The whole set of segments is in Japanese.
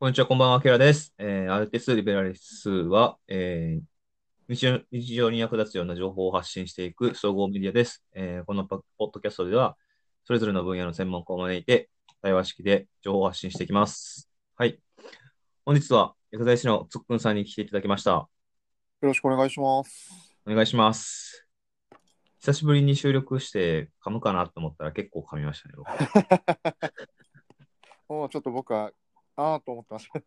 こんにちは、こんばんは、ケラです。えー、アルテス・リベラリスは、えー、日常、日常に役立つような情報を発信していく総合メディアです。えー、このポポッドキャストでは、それぞれの分野の専門家を招いて、対話式で情報を発信していきます。はい。本日は、薬剤師のつっくんさんに来ていただきました。よろしくお願いします。お願いします。久しぶりに収録して噛むかなと思ったら結構噛みましたね、僕。もうちょっと僕は、ああと思ってました。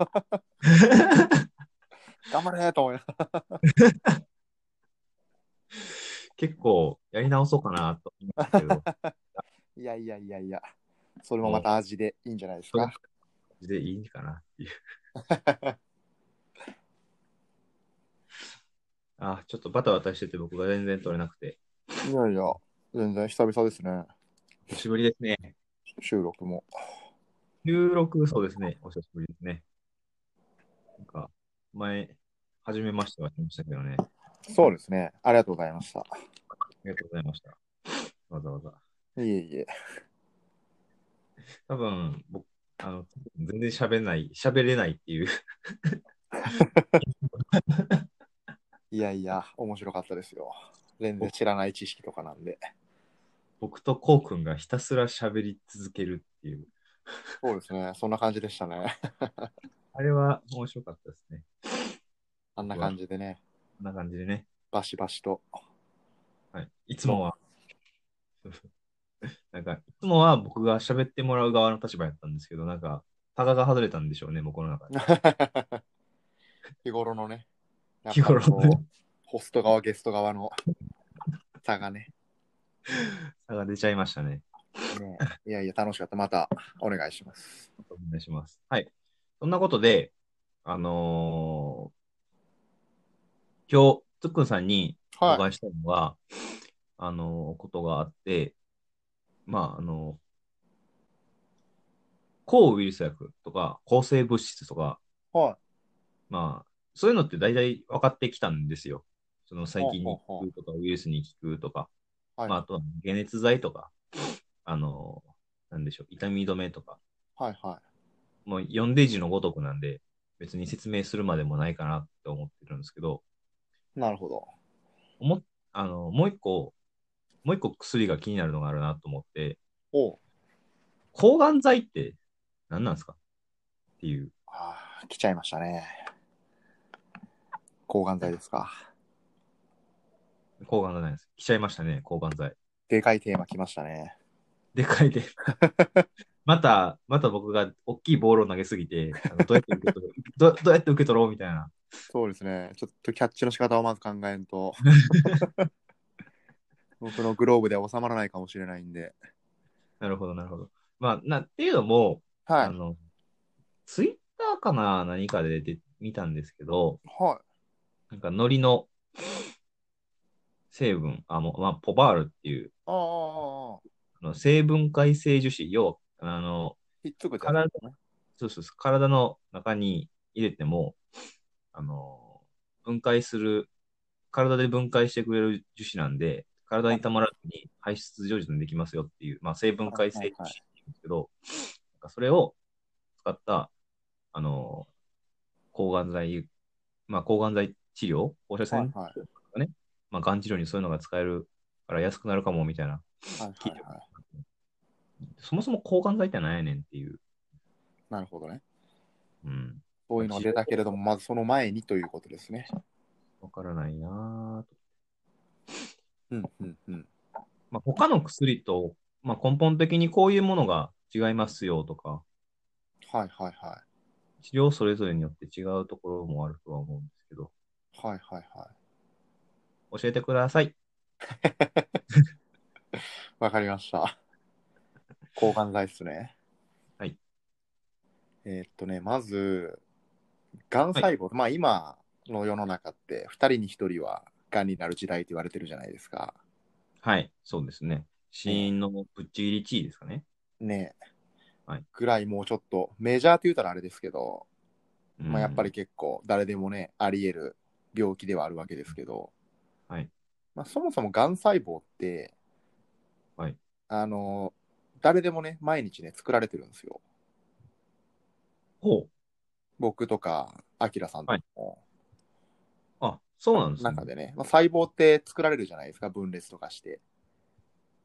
頑張れと思いながら。結構やり直そうかなと思いましたけど、いやいやいやいや、それもまた味でいいんじゃないですそれか。でいいかなっていう。あ、ちょっとバタバタしてて僕が全然取れなくて、いやいや、全然久々ですね、久しぶりですね。収録も。収録、そうですね、お久しぶりですね。なんか、前、初めましてはしましたけどね、あそうですね、ありがとうございました。りがとうございました。わざわざ。いえいえ。多分、僕、あの、全然喋れない、喋れないっていう。 いやいや、面白かったですよ。全然知らない知識とかなんで。僕とこうくんがひたすら喋り続けるっていう。そうですね、そんな感じでしたね。あれは面白かったですね。あんな感じでね、こんな感じでね。バシバシと。はい。いつもは、 なんか、いつもは僕が喋ってもらう側の立場やったんですけど、なんか、タガが外れたんでしょうね、僕の中で。 日頃のね、やっ日ぱ頃りのこう、ホスト側、ゲスト側の差がねタガ出ちゃいましたね。ねえ、いやいや、楽しかった。またお願いします。お願いします。はい。そんなことで、あのー今日、つっくんさんにおは伺いしたいのは、あのーことがあって、まあ、あの抗ウイルス薬とか、抗生物質とか、い。はい。まあ、そういうのって大体分かってきたんですよ。その細菌にほうほ効うほうくとか、ウイルスに効くとか、はいまあ、あとは解熱剤とか、あのーなんでしょう、痛み止めとか、はいはもう4デジのごとくなんで、別に説明するまでもないかなって思ってるんですけど、い。なるほど。おもあのもう一個、もう一個薬が気になるのがあるなと思って、おう抗がん剤って何なんですかっていう。ああ、来ちゃいましたね。抗がん剤ですか。抗がん剤なんです。来ちゃいましたね、抗がん剤。でかいテーマ来ましたね。でかいで。また、また僕が大きいボールを投げすぎて、あのどうや って受け取るどどうやって受け取ろうみたいな。そうですね。ちょっとキャッチの仕方をまず考え んと。僕のグローブでは収まらないかもしれないんで。なるほど、なるほど。まあ、なっていうのも、はあい。の、ツイッターかな、何かでで見たんですけど、はい。なんか海苔の成分、あ、もうまあ、ポバールっていう、ああ、ああ、あああの成分解性樹脂、要は、あの、ひっつくってやつ体ですね。そうそうそう体の中に入れても、あの、分解する、体で分解してくれる樹脂なんで、体にたまらずに排出上手にできますよっていう、まあ、成分解性樹脂っていうんですけど、なんかそれを使った、あの、抗がん剤、まあ、抗がん剤治療、放射はい線はい。まあ、がん治療にそういうのが使えるから安くなるかもみたいな。はい聞いはていはい。そもそも抗がん剤って何やねんっていう。なるほどね。うん。そういうのが出たけれども、まずその前にということですね。わからないなぁと。うんうんうん。まあ、他の薬と、まあ、根本的にこういうものが違いますよとか、はいはいは治療それぞれによって違うところもあるとは思うんですけど、い。はいはいは教えてください。い。わかりました。抗がん剤ですね。はい。えーっとね、まず、がん細胞、まあ今の世の中って、2人に1人はがんになる時代って言われてるじゃないですか。はい、そうですね。死因のぶっちぎり地位ですかね。ねえ。はいぐらいもうちょっと、メジャーって言うたらあれですけど、まあ、やっぱりうん。結構誰でもねあり得る病気ではあるわけですけど、はいまあ、そもそもがん細胞って、はいあの誰でもね毎日ね作られてるんですよほう。僕とか、アキラさんとかも、あ、そうなんですね。中でね、まあ、細胞って作られるじゃないですか、分裂とかして。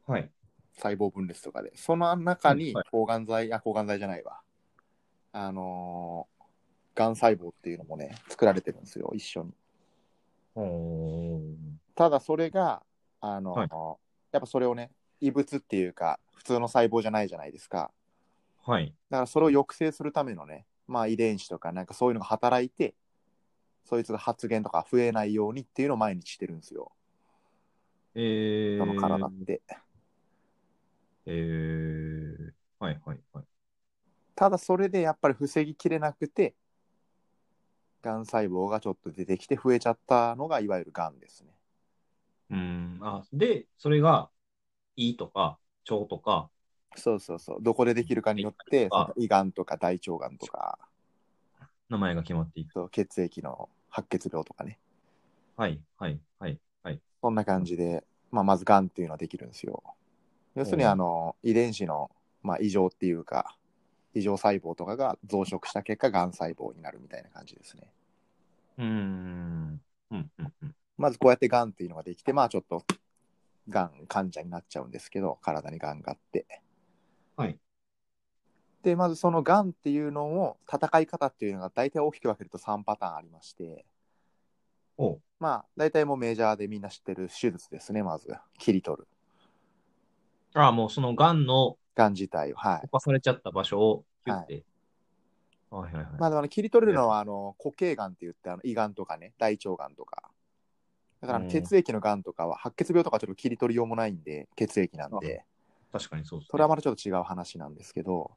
はい。細胞分裂とかで。その中にはい抗がん剤、あ、抗がん剤じゃないわ。あのー、がん細胞っていうのもね、作られてるんですよ、一緒に。おーただそれが、あのーやっぱそれをね、異物っていうか、普通の細胞じゃないじゃないですか。はい。だからそれを抑制するためのね、まあ遺伝子とかなんかそういうのが働いて、そいつが発現とか増えないようにっていうのを毎日してるんですよ、えー。人の体って。えー。はいはいはい。ただそれでやっぱり防ぎきれなくて、がん細胞がちょっと出てきて増えちゃったのが、いわゆるがんですね。うん。あ、で、それが、胃とか、腸とか、そうそうそう。どこでできるかによって、そあの胃がんとか大腸がんとか、名前が決まっていく。そう血液の白血病とかね。はいはいはい。そんな感じで、まあ、まずがんっていうのはできるんですよ。要するに、うんあの、遺伝子の、まあ、異常っていうか、異常細胞とかが増殖した結果、がん細胞になるみたいな感じですね。うーん。うんうんうん。まずこうやってがんっていうのができて、まあちょっと、がん患者になっちゃうんですけど、体にがんがあって。はい。で、まずそのがんっていうのを、戦い方っていうのが大体大きく分けると3パターンありまして、おうまあ大体もうメジャーでみんな知ってる手術ですね、まず。切り取る。あ、もうその癌のがん自体を。はい。犯されちゃった場所を、キュッて。はいはいはい。まあ、でもあの切り取れるのは、あの、固形がんって言って、あの胃がんとかね、大腸がんとか。だからあの、うん血液のがんとかは、白血病とかちょっと切り取りようもないんで、血液なんで、確かにそうですね、それはまたちょっと違う話なんですけど、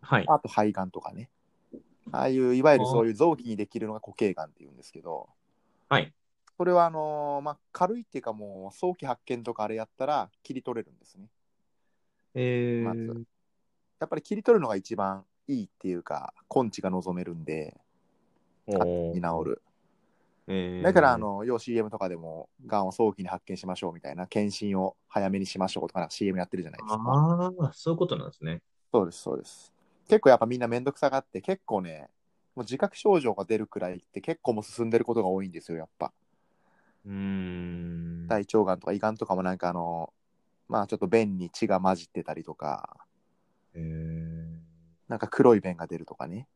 はい。あと肺がんとかね。ああいう、いわゆるそういう臓器にできるのが固形がんって言うんですけど、はい。それはあのーまあ、軽いっていうかもう、早期発見とかあれやったら切り取れるんですね。えまーず。やっぱり切り取るのが一番いいっていうか、根治が望めるんで、勝手に治る。えーだから、あ、の、要 CM とかでも、がんを早期に発見しましょうみたいな、検診を早めにしましょうとか、CM やってるじゃないですか。ああ、そういうことなんですね。そうです、そうです。結構やっぱみんなめんどくさがって、結構ね、もう自覚症状が出るくらいって結構もう進んでることが多いんですよ、やっぱ。うーん。大腸がんとか胃がんとかもなんかあの、まあちょっと便に血が混じってたりとか、えーなんか黒い便が出るとかね。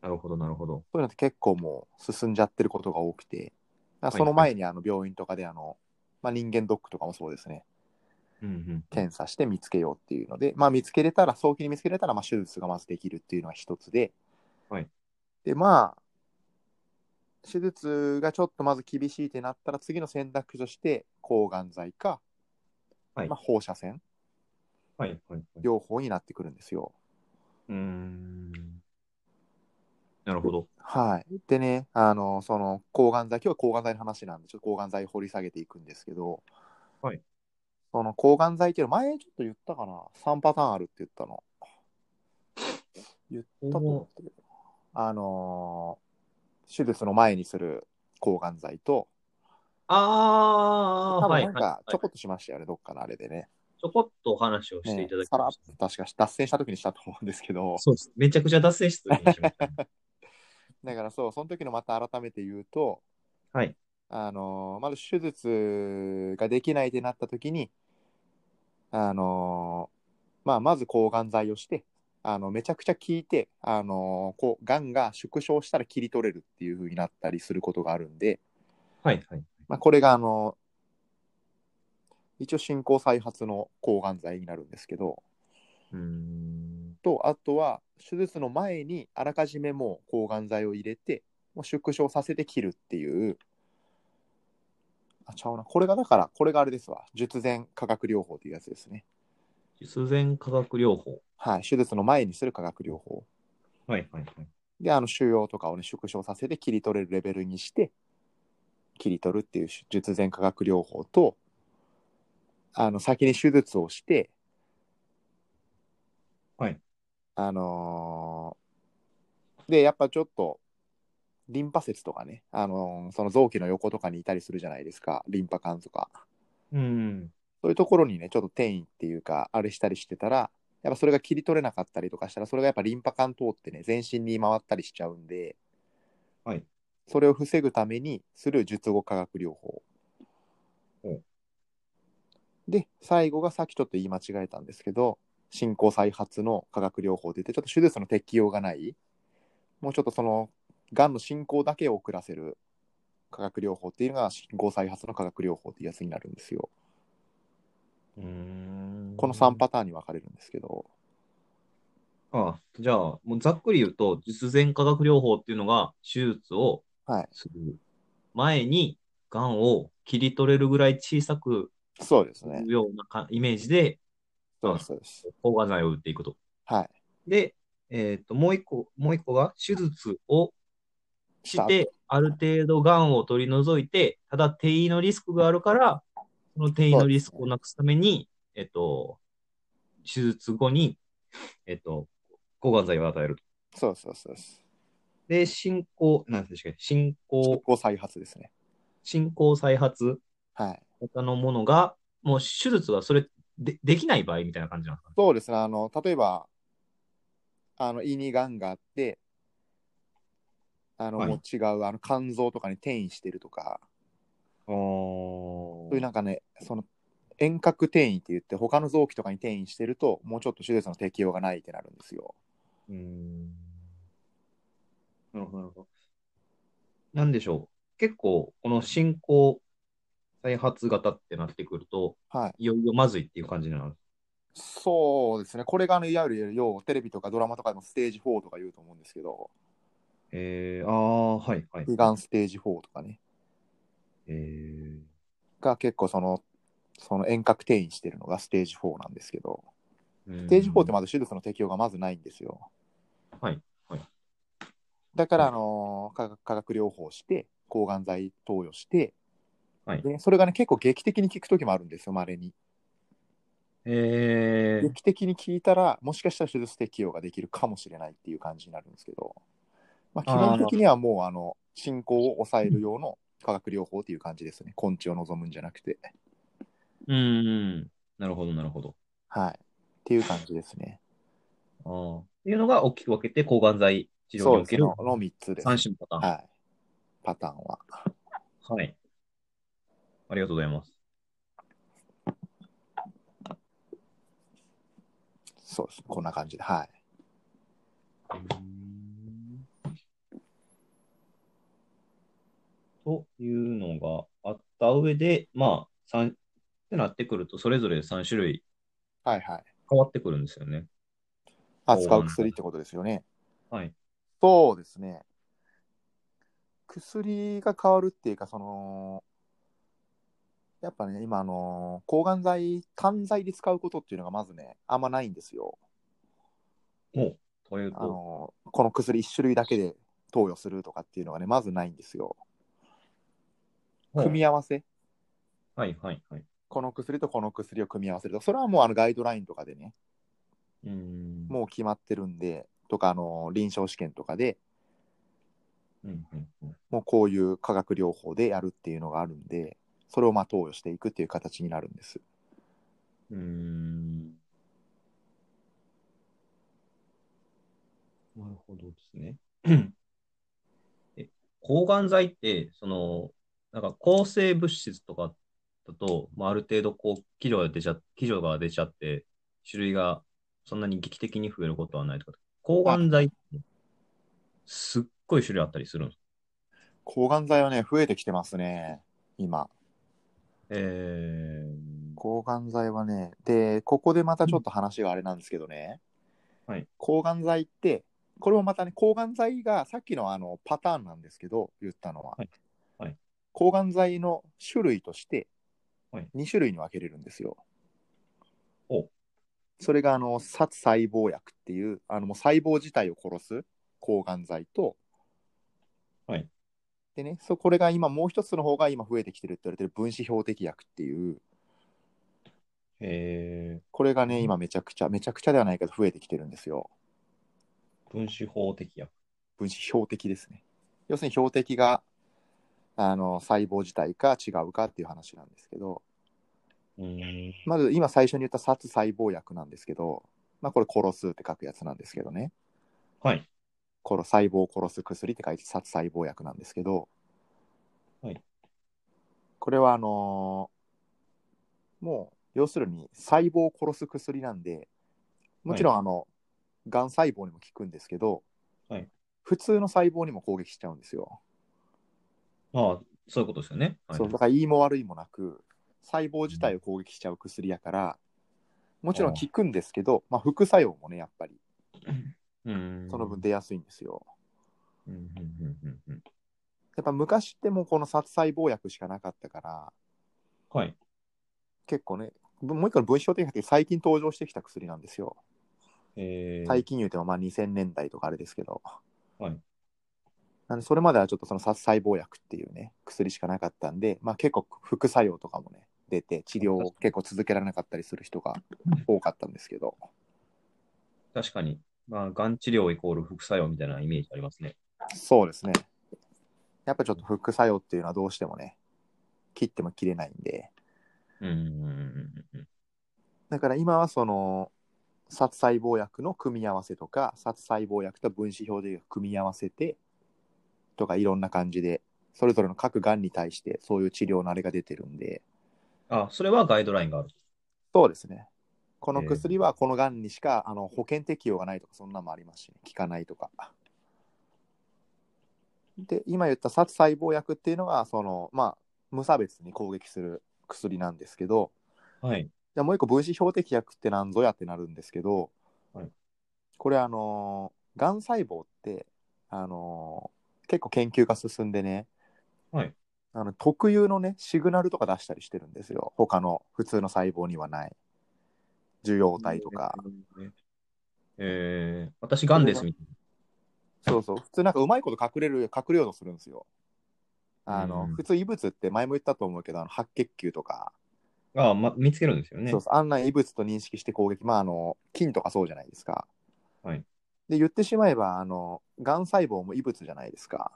なるほど、なるほど。そういうのって結構もう進んじゃってることが多くて、だからその前にあの病院とかであの、まあ、人間ドックとかもそうですね、うん検査して見つけようっていうので、まあ見つけれたら、早期に見つけれたら、まあ手術がまずできるっていうのが一つで、はいで、まあ、手術がちょっとまず厳しいってなったら、次の選択肢として、抗がん剤か、はいまあ放射線、うん。はい、はい、はい。両方になってくるんですよ。うーん。なるほど。はい。でね、あの、その、抗がん剤、今日は抗がん剤の話なんで、ちょっと抗がん剤掘り下げていくんですけど、はい。その抗がん剤っていうの、前ちょっと言ったかな ?3 パターンあるって言ったの。言ったと思ったけど。あのー手術の前にする抗がん剤と、ああ、多は分い、なはんい。かは、ちょいこっとしましたよね、どっかのあれでね。ちょこっとお話をしていねただきさらまっした。と確か脱線した時にしたと思うんです けど、そうです。めちゃくちゃ脱線した時にしま したね。だからそう、その時のまた改めて言うと、はい。あのーまだ手術ができないってなった時に、あのーまあ、まず抗がん剤をして、あの、めちゃくちゃ効いて、あのーこう、がんが縮小したら切り取れるっていう風になったりすることがあるんで、はい、はい。まあ、これが、あのー一応進行再発の抗がん剤になるんですけど、うーん。と、あとは、手術の前にあらかじめもう抗がん剤を入れて、もう縮小させて切るっていう、あ、ちゃうな。これがだから、これがあれですわ。術前化学療法というやつですね。術前化学療法。はい。手術の前にする化学療法。はい、はい、はい。で、あの、腫瘍とかをね、縮小させて切り取れるレベルにして、切り取るっていう術前化学療法と、あの、先に手術をして、はい。あのーで、やっぱちょっと、リンパ節とかね、あのーその臓器の横とかにいたりするじゃないですか、リンパ管とか。うん。そういうところにね、ちょっと転移っていうか、あれしたりしてたら、やっぱそれが切り取れなかったりとかしたら、それがやっぱリンパ管通ってね、全身に回ったりしちゃうんで、はいそれを防ぐためにする術後化学療法お。で、最後がさっきちょっと言い間違えたんですけど、進行再発の化学療法って言って、ちょっと手術の適用がない、もうちょっとその、がんの進行だけを遅らせる化学療法っていうのが進行再発の化学療法っていうやつになるんですよ。うんこの3パターンに分かれるんですけど、あじゃあ、もうざっくり言うと、術前化学療法っていうのが、手術をはいする前に、がんを切り取れるぐらい小さくそうですすねる。ようなか、イメージで、そうです、そうです。抗がん剤を打っていくと。はい。で、えっ、と、もう一個、もう一個が、手術をししたて、ある程度がんを取り除いて、ただ、転移のリスクがあるから、その転移のリスクをなくすために、えっと、手術後に、えっと、抗がん剤を与えると。そうです、そうですそうです。で、進行、なんていうんでしたっけ、進進行、行再発ですね。進行再発はい。型のものが、もう手術はそれでできない場合みたいな感じなんですかね。そうですね。あの、例えば、あの、胃にがんがあって、あの、はいもう違う、あの、肝臓とかに転移してるとか、そういうなんかね、その、遠隔転移って言って、他の臓器とかに転移してると、もうちょっと手術の適用がないってなるんですよ。うーんなるほど、なるほど。なんでしょう。結構、この進行再発型ってなってくると、はい。いよいよまずいっていう感じになる。そうですね。これが、あの、いわゆる、よう、テレビとかドラマとかでもステージ4とか言うと思うんですけど、えー、ああ、はい、はい。胃がんステージ4とかね。えー、が結構その、その遠隔転移してるのがステージ4なんですけど、スステージ4ってまず手術の適用がまずないんですよ。はいはいだから、あのー化学化学療法して、抗がん剤投与して、はいでそれがね、結構劇的に効く時もあるんですよ、まれに。えー、劇的に効いたら、もしかしたら手術適用ができるかもしれないっていう感じになるんですけど、まあ、基あー本的にはもう、あの、進行を抑える用の化学療法っていう感じですね。根治を望むんじゃなくて。うーん、なるほど、なるほど。はい。っていう感じですね。あーっていうのが大きく分けて、抗がん剤治療におけるそうですねの3つですね3種のパターン。はい。パターンは。はい。ありがとうございます。そうですね。こんな感じで。はい。というのがあった上で、まあ、三ってなってくると、それぞれ3種類はいはい。変わってくるんですよね。扱う薬ってことですよね。はい。そうですね。薬が変わるっていうか、その、やっぱね、今、あの抗がん剤、単剤で使うことっていうのがまずね、あんまないんですよ。おというあと、のこの薬1種類だけで投与するとかっていうのがね、まずないんですよ。ほう組み合わせ、はいはいはい。この薬とこの薬を組み合わせると、それはもうあのガイドラインとかでね、うーん。もう決まってるんで、とか、あの臨床試験とかで、うんうんうんもうこういう化学療法でやるっていうのがあるんで、それをまあ投与していくっていう形になるんです。うーん。なるほどですね。え抗がん剤って、その、なんか抗生物質とかだと、まあ、ある程度こう、機能が出ちゃ、機能が出ちゃって、種類がそんなに劇的に増えることはないとか、抗がん剤って、すっごい種類あったりするんです。抗がん剤はね、増えてきてますね、今。え抗がん剤はね、で、ここでまたちょっと話があれなんですけどね、はい抗がん剤って、これもまたね、抗がん剤がさっきのあのパターンなんですけど、言ったのは。はいはい抗がん剤の種類としてはい、 2種類に分けれるんですよ。おそれがあの殺細胞薬っていうあのもう細胞自体を殺す抗がん剤と、はいでねそうこれが今もう一つの方が今増えてきてるって言われてる分子標的薬っていうー、えこれがね今めちゃくちゃめちゃくちゃではないけど増えてきてるんですよー、分子法的薬。分子標的ですね要するに標的があの細胞自体か違うかっていう話なんですけどうーん。まず今最初に言った殺細胞薬なんですけどまあ、これ、殺すって書くやつなんですけどね。はい。殺細胞を殺す薬って書いて殺細胞薬なんですけど、はいこれはあのーもう要するに細胞を殺す薬なんでもちろんあの、がん細胞にも効くんですけど、はい普通の細胞にも攻撃しちゃうんですよ、ああ、そういうことですよね。はい、そうだからいいも悪いもなく細胞自体を攻撃しちゃう薬やからもちろん効くんですけど、まあ、副作用もねやっぱりうん。その分出やすいんですよ、うん。うんうんうんうんやっぱ昔ってもうこの殺細胞薬しかなかったからはい。結構ねぶもう一個の分子標的薬って最近登場してきた薬なんですよえー、最近言うてもまあ2000年代とかあれですけどはいなんでそれまではちょっとその殺細胞薬っていうね薬しかなかったんで、まあ、結構副作用とかもね出て治療を結構続けられなかったりする人が多かったんですけど確かに、まあ、がん治療イコール副作用みたいなイメージありますね。そうですねやっぱちょっと副作用っていうのはどうしてもね切っても切れないんでうんうんうんうんうん。だから今はその殺細胞薬の組み合わせとか殺細胞薬と分子標的薬組み合わせてとかいろんな感じでそれぞれの各がんに対してそういう治療のあれが出てるんであ、それはガイドラインがある。そうですねこの薬はこのがんにしか、あの保険適用がないとかそんなのもありますし、ね、効かないとかで今言った殺細胞薬っていうのがそのまあ無差別に攻撃する薬なんですけど、はい。じゃあもう一個分子標的薬ってなんぞやってなるんですけど、はいこれあのーがん細胞って、あのー結構研究が進んでね、はいあの特有のねシグナルとか出したりしてるんですよ他の普通の細胞にはない受容体とか、。えー、私、がんですみたいそうそう普通なんかうまいこと隠れる隠れようとするんですよあの、うん普通異物って前も言ったと思うけどあの白血球とか、な。あ、ま、見つけるんですよね。そうそうあんな異物と認識して攻撃まああの菌とかそうじゃないですかはいで言ってしまえばあのがん細胞も異物じゃないですか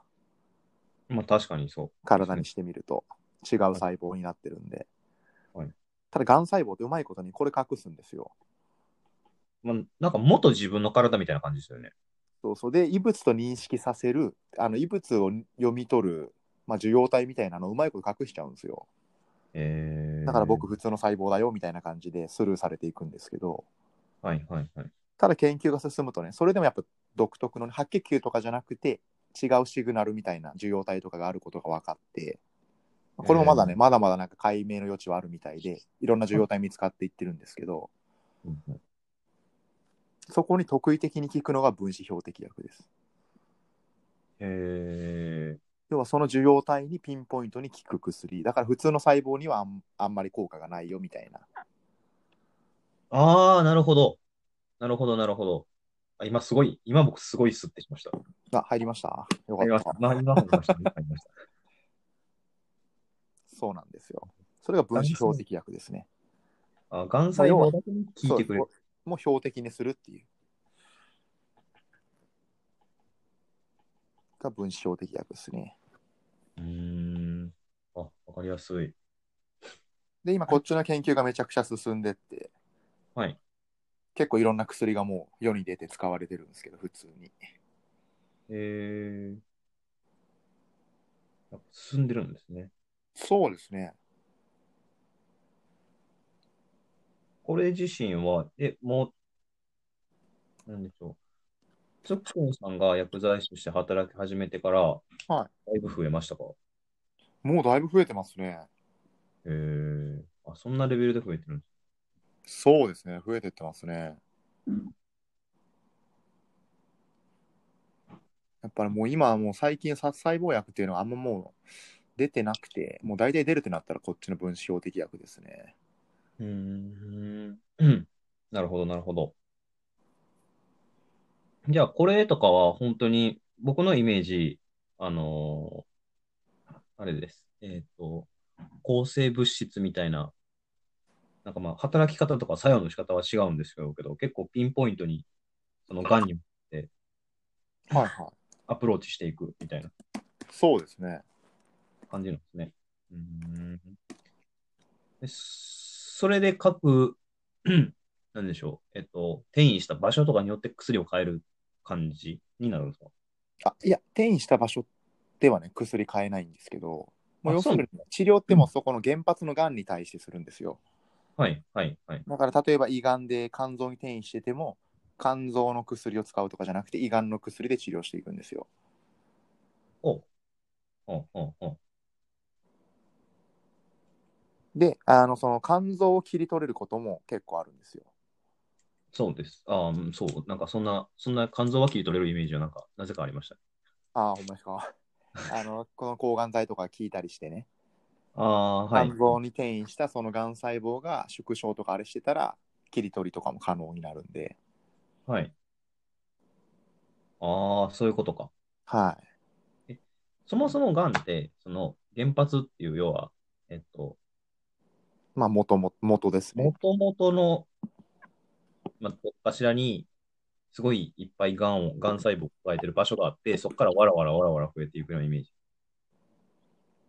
まあ、確かにそう。体にしてみると違う細胞になってるんで、はいただがん細胞ってうまいことにこれ隠すんですよまあ、なんか、元自分の体みたいな感じですよね。そうそうで異物と認識させるあの異物を読み取る、まあ、受容体みたいなのをうまいこと隠しちゃうんですよえー、だから僕。普通の細胞だよみたいな感じでスルーされていくんですけど、はいはいはい。ただ研究が進むとねそれでもやっぱ独特の、ね、白血球とかじゃなくて違うシグナルみたいな受容体とかがあることが分かってまあこれもまだね、まだまだなんか解明の余地はあるみたいでいろんな受容体見つかっていってるんですけどうんうんそこに特異的に効くのが分子標的薬ですえー、要はその受容体にピンポイントに効く薬だから普通の細胞にはあんあんまり効果がないよみたいなあー、なるほど。なるほど、なるほど。あ今すごい、今僕すごいスッてしました。あ入りましたよ入かりまっしたた。まあ、今入りました。今入りました。そうなんですよそれが分子標的薬ですねあ、がん細胞だけに聞いてくれるそう。もう標的にするっていう。が分子標的薬ですね。うーん。あ、わかりやすい。で、今こっちの研究がめちゃくちゃ進んでって、はい。結構いろんな薬がもう世に出て使われてるんですけど、普通に。えー、やっぱ進んでるんですね。そうですね。これ自身は、え、もう、なんでしょう。ツッコンさんが薬剤師として働き始めてから、はだいぶ増えましたかもうだいぶ増えてますね。へーあ、そんなレベルで増えてるんですそうですね。増えてってますね。やっぱりもう今はもう最近殺細胞薬っていうのはあんまもう出てなくて、もう大体出るってなったらこっちの分子標的薬ですね。うーん。うんなるほど、なるほど。じゃあ、これとかは本当に、僕のイメージ、あのーあれです。えっと、抗生物質みたいな、なんかまあ、働き方とか作用の仕方は違うんですけど、結構ピンポイントに、その、がんにはいはい。アプローチしていくみたいなそうですね。感じなんですね。うーん。でそれで各、 なんでしょう、えっと、転移した場所とかによって薬を変える感じになるんですかあいや転移した場所ではね薬変えないんですけどもうあ要すそうるに治療ってもうそこの原発のがんに対してするんですよはい、はい、はい。だから例えば胃がんで肝臓に転移してても肝臓の薬を使うとかじゃなくて胃がんの薬で治療していくんですよおおおおであのその肝臓を切り取れることも結構あるんですよそうです。ああ、うんそう。なんかそんな、そんな肝臓は切り取れるイメージはなんか、なぜかありました。ああほんまですか あのこの抗がん剤とか聞いたりしてねああ、はい。肝臓に転移したそのがん細胞が縮小とかあれしてたら切り取りとかも可能になるんではい。ああ、そういうことか。はいそもそもがんって、その原発っていう、要は、えっと、まあ元も元ですねもともとの、まあ、どっかしらに、すごいいっぱいがんを、がん細胞を抱えてる場所があって、そこからわらわらわらわら増えていくようなイメージ。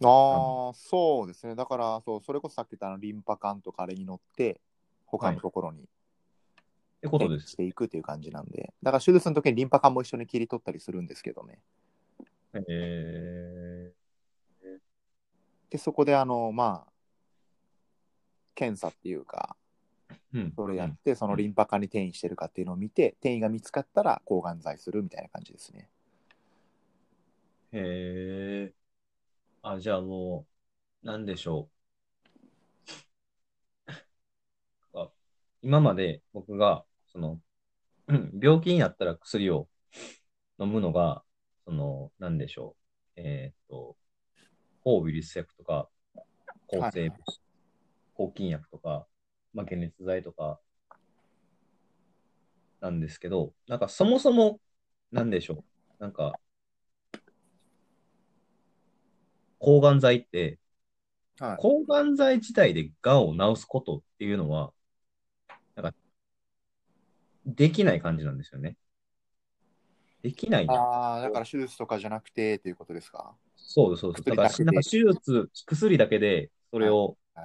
ああ、そうですね。だから、そう、それこそさっき言ったあのリンパ管とかあれに乗って、他のところにってことで転移しす。ていくっていう感じなんで、だから手術の時にリンパ管も一緒に切り取ったりするんですけどね。えー、で、そこで、あの、まあ、検査っていうか、うん。それやって、そのリンパ管に転移してるかっていうのを見て、転移が見つかったら抗がん剤するみたいな感じですね。へえ。あ、じゃあもう、なんでしょう。 あ今まで僕が、その、 うん病気になったら薬を飲むのが、その、なんでしょう。えーっと、抗ウイルス薬とか、抗生物質、抗菌薬とか、まあ、解熱剤とか、なんですけど、なんかそもそも、なんでしょう。なんか、抗がん剤って、はい抗がん剤自体でがんを治すことっていうのは、なんか、できない感じなんですよね。できない。ああ、だから手術とかじゃなくてっていうことですか。そうそうそう。だか薬らだけでなんか手術、薬だけで、それを、は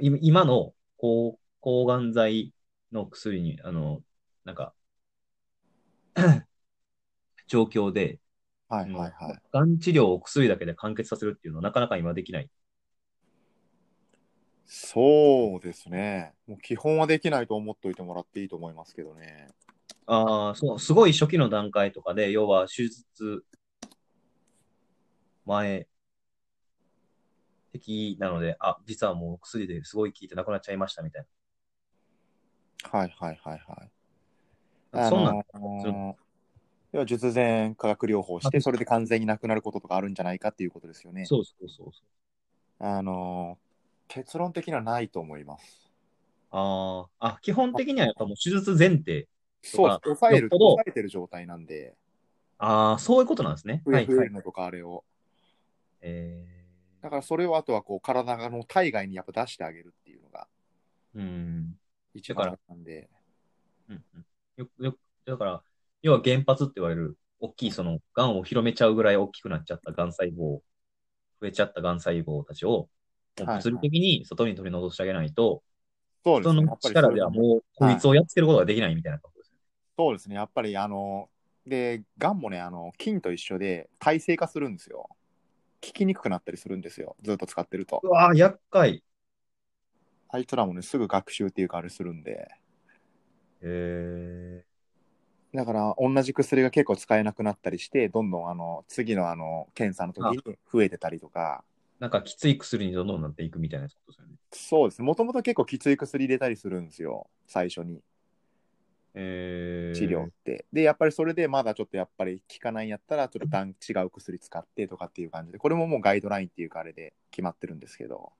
いい今の抗抗がん剤の薬に、あの、なんか、 状況で、はういんはいはい。がん治療を薬だけで完結させるっていうのはなかなか今できない。そうですね。もう基本はできないと思っておいてもらっていいと思いますけどね。ああ、そう、すごい初期の段階とかで、要は手術前的なので、あ、実はもう薬ですごい効いてなくなっちゃいましたみたいはいはいはいはい。な。そんなん、あの要は術前化学療法して、それで完全になくなることとかあるんじゃないかっていうことですよね。そうそうそうそう。あの結論的にはないと思います。ああ、あ、基本的にはやっぱもう手術前提。そうです。抑えよっる、ぽど抑えてる状態なんで、ああ、そういうことなんですね。増はえい増はえいる。のとかあれを。えだからそれをあとはこう体の体外にやっぱ出してあげるっていうのがー、うん。一だ番かなんで。うんうんよくよくだから、要は原発って言われる、大きいその、がんを広めちゃうぐらい大きくなっちゃったがん細胞、増えちゃったがん細胞たちを、もうはい物理的に外に取り除してあげないと、そうです人ね。の力ではもう、こいつをやっつけることができないみたいなことですね。そうですね、やっぱりあの、で、がんもね、あの菌と一緒で耐性化するんですよ。効きにくくなったりするんですよ、ずっと使ってるとう。わぁ、厄介。あいつらもね、すぐ学習っていうか、あれするんで、へーだから、同じ薬が結構使えなくなったりして、どんどんあの次のあの検査の時に増えてたりとか、なんかきつい薬にどんどんなっていくみたいなことですよね。そうですね、もともと結構きつい薬入れたりするんですよ、最初に、えー、治療って。で、やっぱりそれでまだちょっとやっぱり効かないんやったら、ちょっと段違う薬使ってとかっていう感じで、これももうガイドラインっていうか、あれで決まってるんですけど。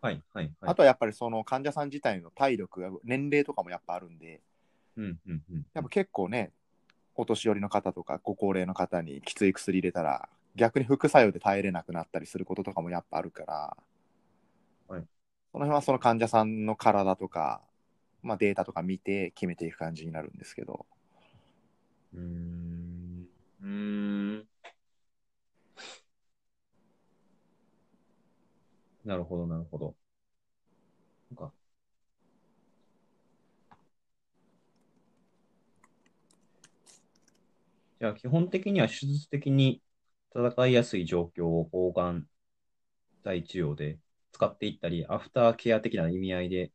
はいはいはい。あとはやっぱりその患者さん自体の体力が年齢とかもやっぱあるんでうんうんうん。やっぱ結構ねお年寄りの方とかご高齢の方にきつい薬入れたら逆に副作用で耐えれなくなったりすることとかもやっぱあるから、はいその辺はその患者さんの体とか、まあ、データとか見て決めていく感じになるんですけどうーん。うーん。なるほど、なるほど。なんか、じゃあ、基本的には手術的に戦いやすい状況を抗がん剤治療で使っていったり、アフターケア的な意味合いで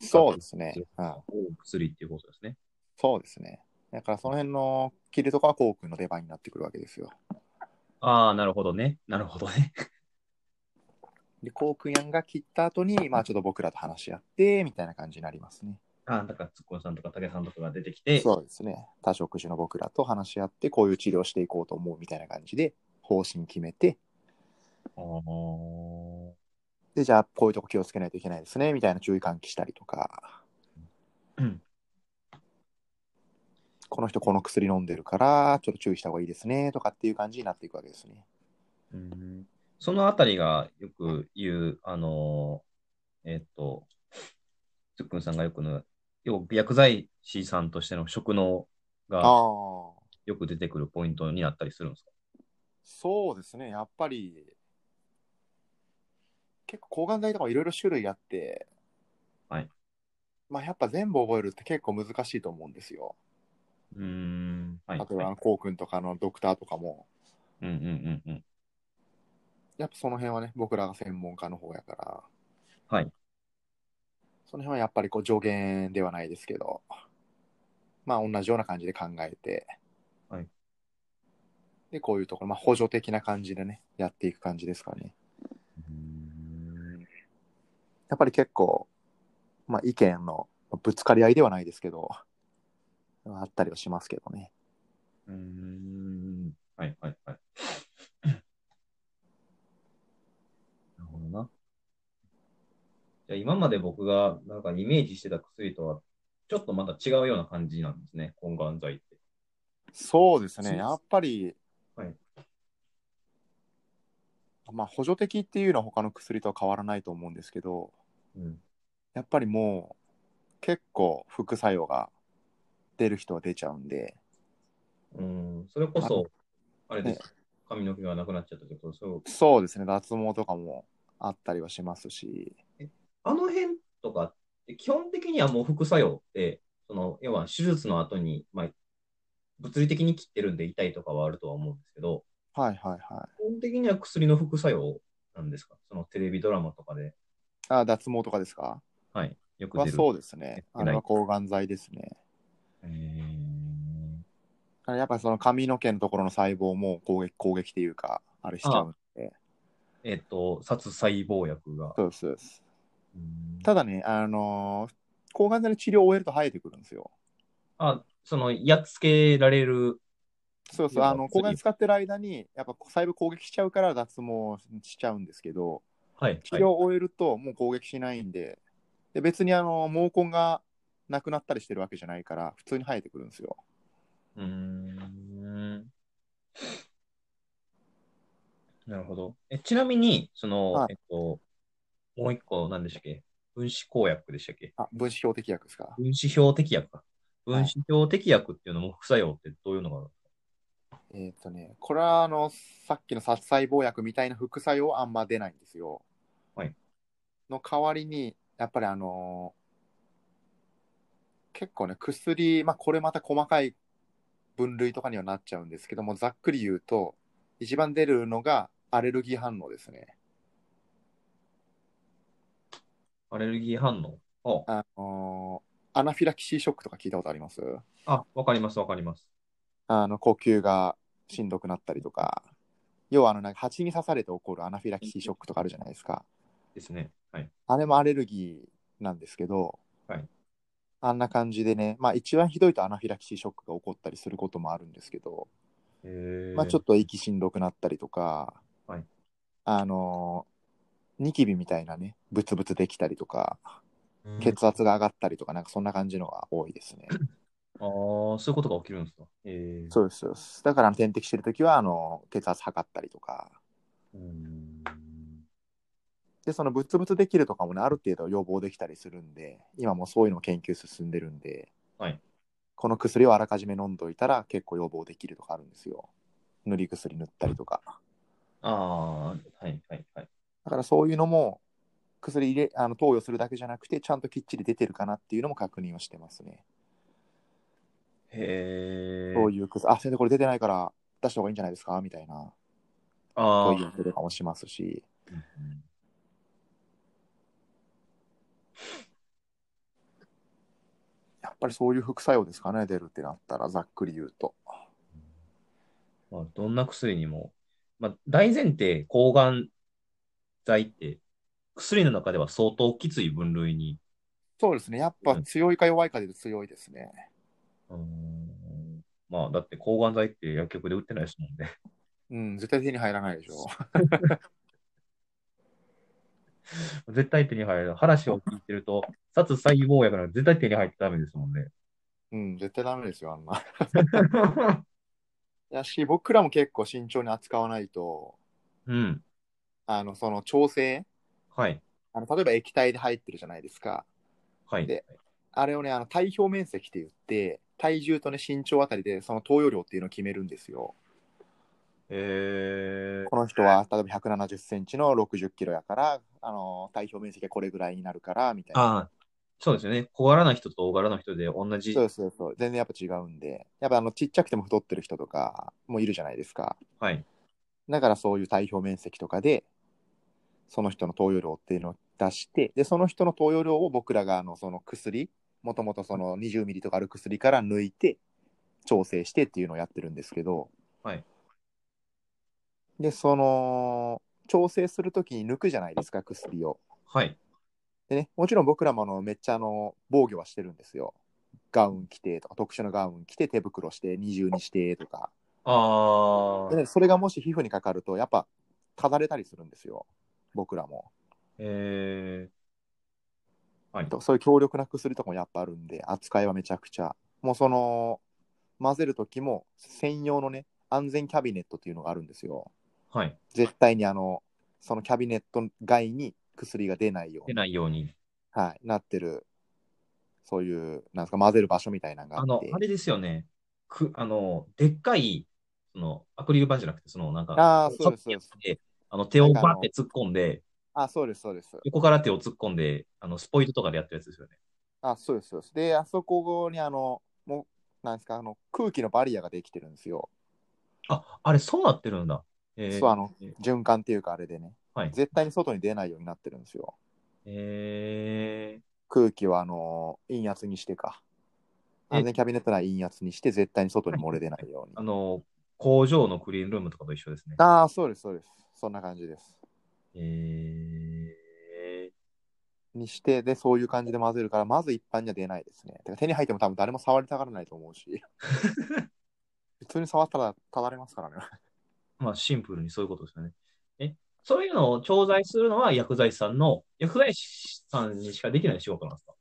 そうですね。うん、薬っていうことですね。そうですね。だからその辺の切りとかはコウ君の出番になってくるわけですよ。ああ、なるほどね。なるほどね。で、コウ君が切った後に、まあちょっと僕らと話し合って、みたいな感じになりますね。ああ、だから、ツッコンさんとか、武さんとかが出てきて、そうですね。多職種の僕らと話し合って、こういう治療していこうと思うみたいな感じで、方針決めて、あーで、じゃあこういうとこ気をつけないといけないですね、みたいな注意喚起したりとか、うんこの人この薬飲んでるから、ちょっと注意した方がいいですね、とかっていう感じになっていくわけですね。うんそのあたりがよく言う、あのーえっと、ツッコンさんがよくの、よく薬剤師さんとしての職能がああ。よく出てくるポイントになったりするんですかそうですね、やっぱり、結構抗がん剤とかいろいろ種類あって、はい。まあやっぱ全部覚えるって結構難しいと思うんですよ。うーん。はい。例えばあはいの、こうくんとかのドクターとかも、うんうんうんうん。やっぱその辺はね、僕らが専門家の方やから、はい。その辺はやっぱりこう助言ではないですけど、まあ同じような感じで考えて、はい。で、こういうところ、まあ補助的な感じでね、やっていく感じですかね。やっぱり結構、まあ、意見のぶつかり合いではないですけど、あったりはしますけどね。うーん。はいはいはい。なるほどな。じゃあ今まで僕がなんかイメージしてた薬とはちょっとまた違うような感じなんですね、抗がん剤って。そうですそうね、ですやっぱり、はいまあ、補助的っていうのは他の薬とは変わらないと思うんですけど、うん。やっぱりもう、結構副作用が出る人は出ちゃうんで、うん、それこそ、あれです、髪の毛がなくなっちゃったってこと、そうそうですね、脱毛とかもあったりはしますし、あの辺とかって、基本的にはもう副作用って、その要は手術の後に、まあ、物理的に切ってるんで痛いとかはあるとは思うんですけど、はいはいはい。基本的には薬の副作用なんですかそのテレビドラマとかで、あ脱毛とかですかはい、よくは出る。そうですね。あれないは抗がん剤ですね。へーだからやっぱりその髪の毛のところの細胞も攻撃攻撃っていうかあれしちゃうんでえっ、と、殺細胞薬が。そうですそうですうんただねあのー抗がん剤の治療を終えると生えてくるんですよあ、その、やっつけられる。そうそうあの抗がん剤使ってる間にやっぱ細胞攻撃しちゃうから脱毛しちゃうんですけどはい、治は療い。を終えるともう攻撃しないんでで別にあの毛根がなくなったりしてるわけじゃないから普通に生えてくるんですようーんなるほど。えちなみに、その、はいえっと、もう一個何でしたっけ分子抗薬でしたっけあ分子標的薬ですか分子標的薬か。はい分子標的薬っていうのも副作用ってどういうのがあるえーっ、とねこれはあのさっきの殺細胞薬みたいな副作用はあんま出ないんですよ。はいの代わりにやっぱりあのー結構ね薬、まあ、これまた細かい分類とかにはなっちゃうんですけどもざっくり言うと一番出るのがアレルギー反応ですね。アレルギー反応あのーアナフィラキシーショックとか聞いたことありますあ、あわかります、わかります。あの呼吸がしんどくなったりとか要はあのなんか蜂に刺されて起こるアナフィラキシーショックとかあるじゃないですか。ですね。はい。あれもアレルギーなんですけど、はいあんな感じでね、まあ、一番ひどいとアナフィラキシーショックが起こったりすることもあるんですけど、まあ、ちょっと。と息しんどくなったりとか、はいあのーニキビみたいなねブツブツできたりとかうん血圧が上がったりとかなんかそんな感じのが多 いですね、ああ、そういうことが起きるんですか。えそうですそうですだからあの点滴してるときはあの血圧測ったりとかう。ん。でそのブツブツできるとかもねある程度予防できたりするんで今もうそういうのも研究進んでるんで、はいこの薬をあらかじめ飲んどいたら結構予防できるとかあるんですよ塗り薬塗ったりとかああ、はい、はい、はい。だからそういうのも薬入れあの投与するだけじゃなくてちゃんときっちり出てるかなっていうのも確認をしてますねへえ。そうそういう癖、あ、先生これ出てないから出した方がいいんじゃないですかみたいな、あそあう。いうこととかもしますし、うんやっぱりそういう副作用ですかね、出るってなったら、ざっくり言うと。まあ、どんな薬にも、まあ、大前提、抗がん剤って、薬の中では相当きつい分類に、そうですね、やっぱ強いか弱いかで言うと強いですね。うーんまあ、だって抗がん剤って薬局で売ってないですもんね。 うん、絶対手に入らないでしょ。絶対手に入る。話を聞いてると、殺細胞薬なんて絶対手に入ってダメですもんね。うん、絶対ダメですよ、あんな。だし、僕らも結構慎重に扱わないと、 うん。あの、その調整、はい。あの例えば液体で入ってるじゃないですか。はい。であれをね、あの体表面積って言って、体重とね、身長あたりでその投与量っていうのを決めるんですよ。えー、この人は、例えば170センチの60キロやから、あの、体表面積がこれぐらいになるから、みたいな。ああ、そうですよね。小柄な人と大柄な人で同じ。そうそうそう。全然やっぱ違うんで。やっぱあの、ちっちゃくても太ってる人とかもいるじゃないですか。はい。だからそういう体表面積とかで、その人の投与量っていうのを出して、で、その人の投与量を僕らがあのその薬、もともとその20ミリとかある薬から抜いて、調整してっていうのをやってるんですけど、はい。で、その、調整するときに抜くじゃないですか、薬を。はい。でね、もちろん僕らもあのめっちゃあの防御はしてるんですよ。ガウン着てとか、特殊なガウン着て、手袋して、二重にしてとか。あであ、ね、それがもし皮膚にかかると、やっぱ、ただれたりするんですよ。僕らも。えー、はい。とそういう強力な薬とかもやっぱあるんで、扱いはめちゃくちゃ。もうその、混ぜる時も、専用のね、安全キャビネットっていうのがあるんですよ。はい。絶対にあの、そのキャビネット外に薬が出ないよう出に、ないように。はい、なってる、そういう、なんですか、混ぜる場所みたいなのがああっのて、。あれですよね。く、あの、でっかい、その、アクリル板じゃなくて、その、なんか、ああー、そうです、そうです。であの手をバって突っ込んで、あそうです、そうです。横から手を突っ込んで、あのスポイトとかでやってるやつですよね。あそうです、そうです。で、あそこに、あの、もう、なんですか、あの、空気のバリアができてるんですよ。あ、あれ、そうなってるんだ。えーそうあのえー循環っていうか、あれでね。はい。絶対に外に出ないようになってるんですよ。え空気はあの陰圧にしてか。え安全キャビネット内陰圧にして絶対に外に漏れ出ないように。ー、あの、工場のクリーンルームとかと一緒ですね。ああ、そうです、そうです。そんな感じです。えにして、で、そういう感じで混ぜるから、まず一般には出ないですね。てか手に入っても多分誰も触りたがらないと思 うし。普通に触ったらただれますからね。ー、まあ、シンプルにそういうことですよね。え、そういうのを調剤するのは薬剤師さんの、薬剤師さんにしかできない仕事なんですか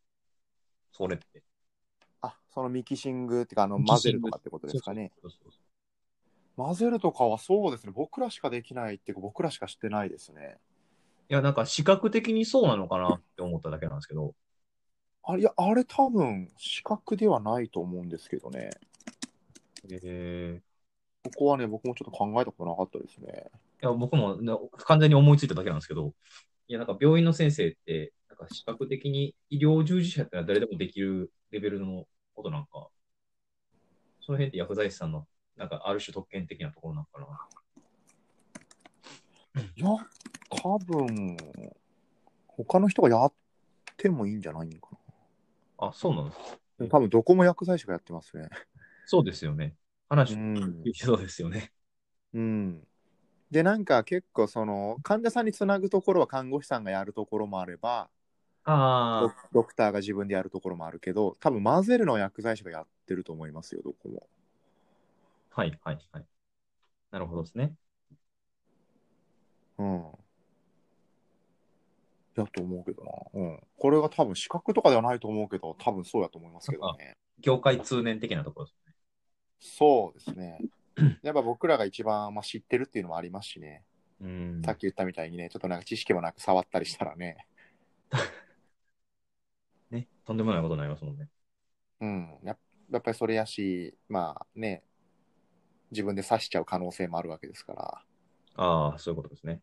それって。あ、そのミキシングっていうか、あの、ミキ混シぜングるとかってことですかね。そうそうそうそう混ぜるとかはそうですね。僕らしかできないっていうか、僕らしかしてないですね。いや、なんか視覚的にそうなのかなって思っただけなんですけど。あれ、いや、あれ多分、視覚ではないと思うんですけどね。えー、ここはね、僕もちょっと考えたことなかったですね。いや、僕もね完全に思いついただけなんですけど、いや、なんか病院の先生って、なんか視覚的に医療従事者ってのは誰でもできるレベルのことなんか、その辺って薬剤師さんの、なんかある種特権的なところなんかな。いや、多分、他の人がやってもいいんじゃないのかあ、そうなんです。な。多分、どこも薬剤師がやってますね。そうですよね。話うをん聞。いてそうですよね。うん。で、なんか結構、その、患者さんにつなぐところは看護師さんがやるところもあれば、ドあドクターが自分でやるところもあるけど、多分、混ぜるのは薬剤師がやってると思いますよ、どこも。あ、はい、はい、はい。なるほどですね。うん。やと思うけどな。うん。これが多分、資格とかではないと思うけど、多分そうやと思いますけどね。業界通念的なところですね。そうですね。やっぱ僕らが一番、まあ、知ってるっていうのもありますしね。うん。さっき言ったみたいにね、ちょっとなんか知識もなく触ったりしたらね。ね。とんでもないことになりますもんね。うん。やっやっぱりそれやし、まあね、自分で刺しちゃう可能性もあるわけですから。ああ、そういうことですね。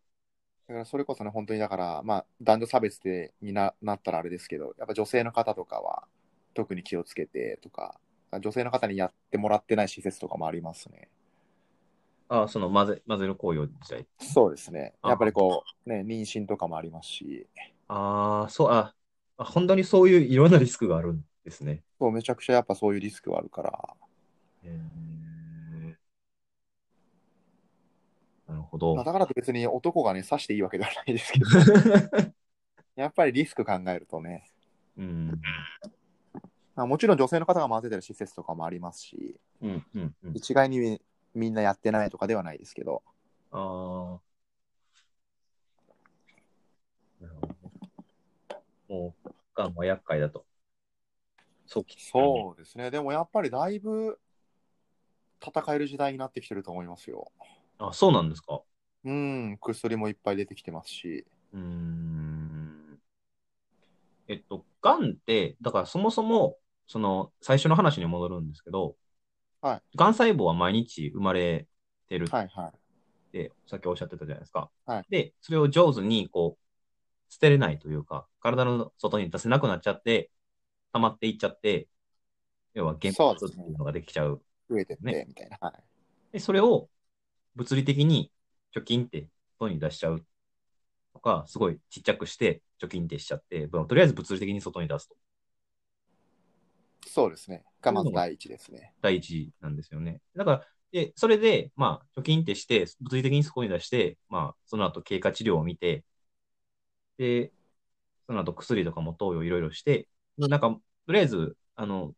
だからそれこそね、本当にだから、まあ男女差別でにななったらあれですけど、やっぱ女性の方とかは特に気をつけてとか、女性の方にやってもらってない施設とかもありますね。ああ、その混ぜ、混ぜる行為自体。そうですね。あやっぱりこう、ね、妊娠とかもありますし、ああ、そう、あ、あ本当にそういういろんなリスクがあるんですね。そうめちゃくちゃやっぱそういうリスクはあるから、へーなるほまど。あ、だからって別に男がね、刺していいわけではない ですけど、やっぱりリスク考えるとね、 うん。まあ、もちろん女性の方が混ぜてる施設とかもありますし、うん、うん、うん。一概にみんなやってないとかではないですけど、ああ。なるほどねもう、がんは厄介だと。そうきそうですね、でもやっぱりだいぶ戦える時代になってきてると思いますよ。あ、そうなんですか。うん、薬もいっぱい出てきてますし、うーん。えっと、がんって、だからそもそも、その、最初の話に戻るんですけど、はがん細胞は毎日生まれてるっはいはい。て、さっきおっしゃってたじゃないですか。はいで、それを上手に、こう、捨てれないというか、体の外に出せなくなっちゃって、溜まっていっちゃって、要は、原発っていうのができちゃう。増えてって、ねみたいな。はい。で、それを物理的に貯金って外に出しちゃうとか、すごいちっちゃくして貯金ってしちゃって、まあとりあえず物理的に外に出すと。そうですね。がまず第一ですね。第一なんですよね。だから、で、それで、まあ、貯金ってして、物理的に外に出して、まあ、その後経過治療を見て、で、その後薬とかも投与いろいろして、でなんか、とりあえず、あの、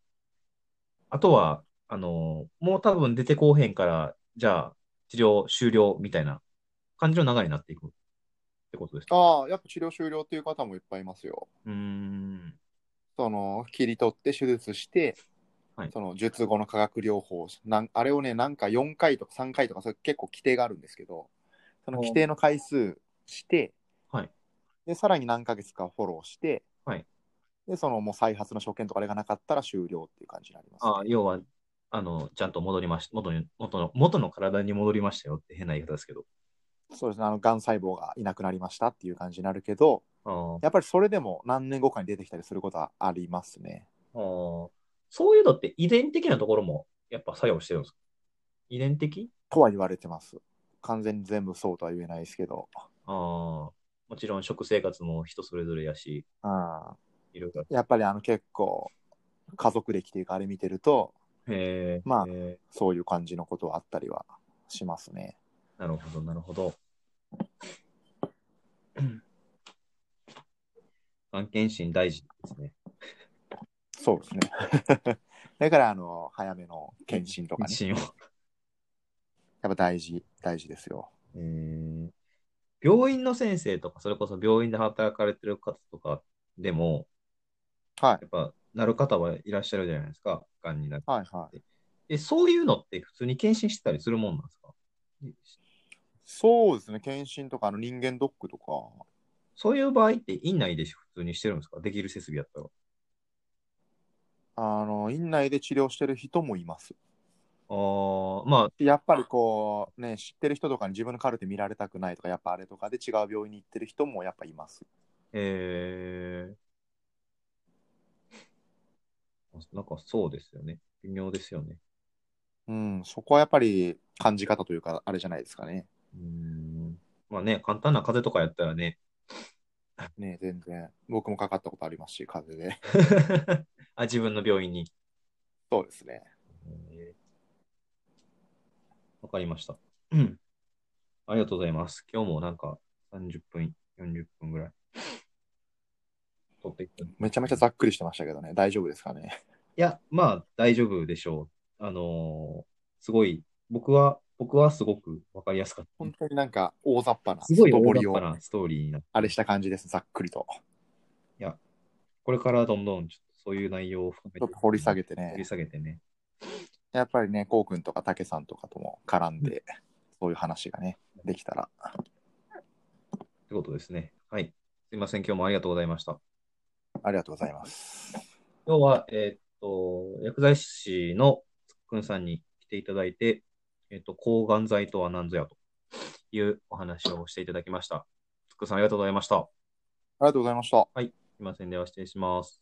あとは、あの、もう多分出てこうへんから、じゃあ、治療終了みたいな感じの流れになっていくってことですか。ああ、やっぱ治療終了っていう方もいっぱいいますよ。うーん。その切り取って手術して、はいその術後の化学療法なんあれをねなんか4回とか3回とかそれ結構規定があるんですけどその規定の回数して、はいでさらに何ヶ月かフォローして、はいでそのもう再発の所見とかあれがなかったら終了っていう感じになります、あ要は、あの、ちゃんと戻りまし元に、元の、元の体に戻りましたよって変な言い方ですけど。そうですねあのがん細胞がいなくなりましたっていう感じになるけどあーやっぱりそれでも何年後かに出てきたりすることはありますねあーそういうのって遺伝的なところもやっぱ作用してるんですか遺伝的とは言われてます完全に全部そうとは言えないですけどあーもちろん食生活も人それぞれやし、うんいろいろ。やっぱりあの結構家族歴というかあれ見てるとへーまあへそういう感じのことはあったりはしますね。ーなるほど、なるほ ど。がん検診大事ですね。そうですね。 だからあの早めの検診とかね検、診を。やっぱ大事大事ですよ。えー病院の先生とか、それこそ病院で働かれてる方とかでも、はいやっぱなる方はいらっしゃるじゃないですか、がんになって。はいはい。え、そういうのって普通に検診してたりするもんなんですかそうですね。検診とかあの人間ドックとか、そういう場合って院内で普通にしてるんですかできる設備やったら。あの院内で治療してる人もいます。あーまあ、やっぱりこうね知ってる人とかに自分のカルテ見られたくないとかやっぱあれとかで違う病院に行ってる人もやっぱいます。えー、なんかそうですよね。微妙ですよね。うん、そこはやっぱり感じ方というかあれじゃないですかね。うーん。まあね、簡単な風邪とかやったらね。 ね全然。僕もかかったことありますし、風邪で。あ、自分の病院に。そうですね。えーわかりました。うんありがとうございます。今日もなんか30分、40分ぐらい。取っていっためちゃめちゃざっくりしてましたけどね、大丈夫ですかね。いや、まあ大丈夫でしょう。あのーすごい、僕は、僕はすごくわかりやすかった。本当になんか大雑把な、すごい外大堀雑把をなストーリーになって、あれした感じです、ざっくりと。これからどんどんちょっとそういう内容を含めちょてっと掘り下げて掘りね、下げてね。やっぱりね、こうくんとかたけさんとかとも絡んで、そういう話がね、できたら。ってことですね。はい。すいません。今日もありがとうございました。ありがとうございます。今日は、えーっと、薬剤師のつっくんさんに来ていただいて、えーっと、抗がん剤とは何ぞやというお話をしていただきました。つっくんさん、ありがとうございました。ありがとうございました。すいません。では、失礼します。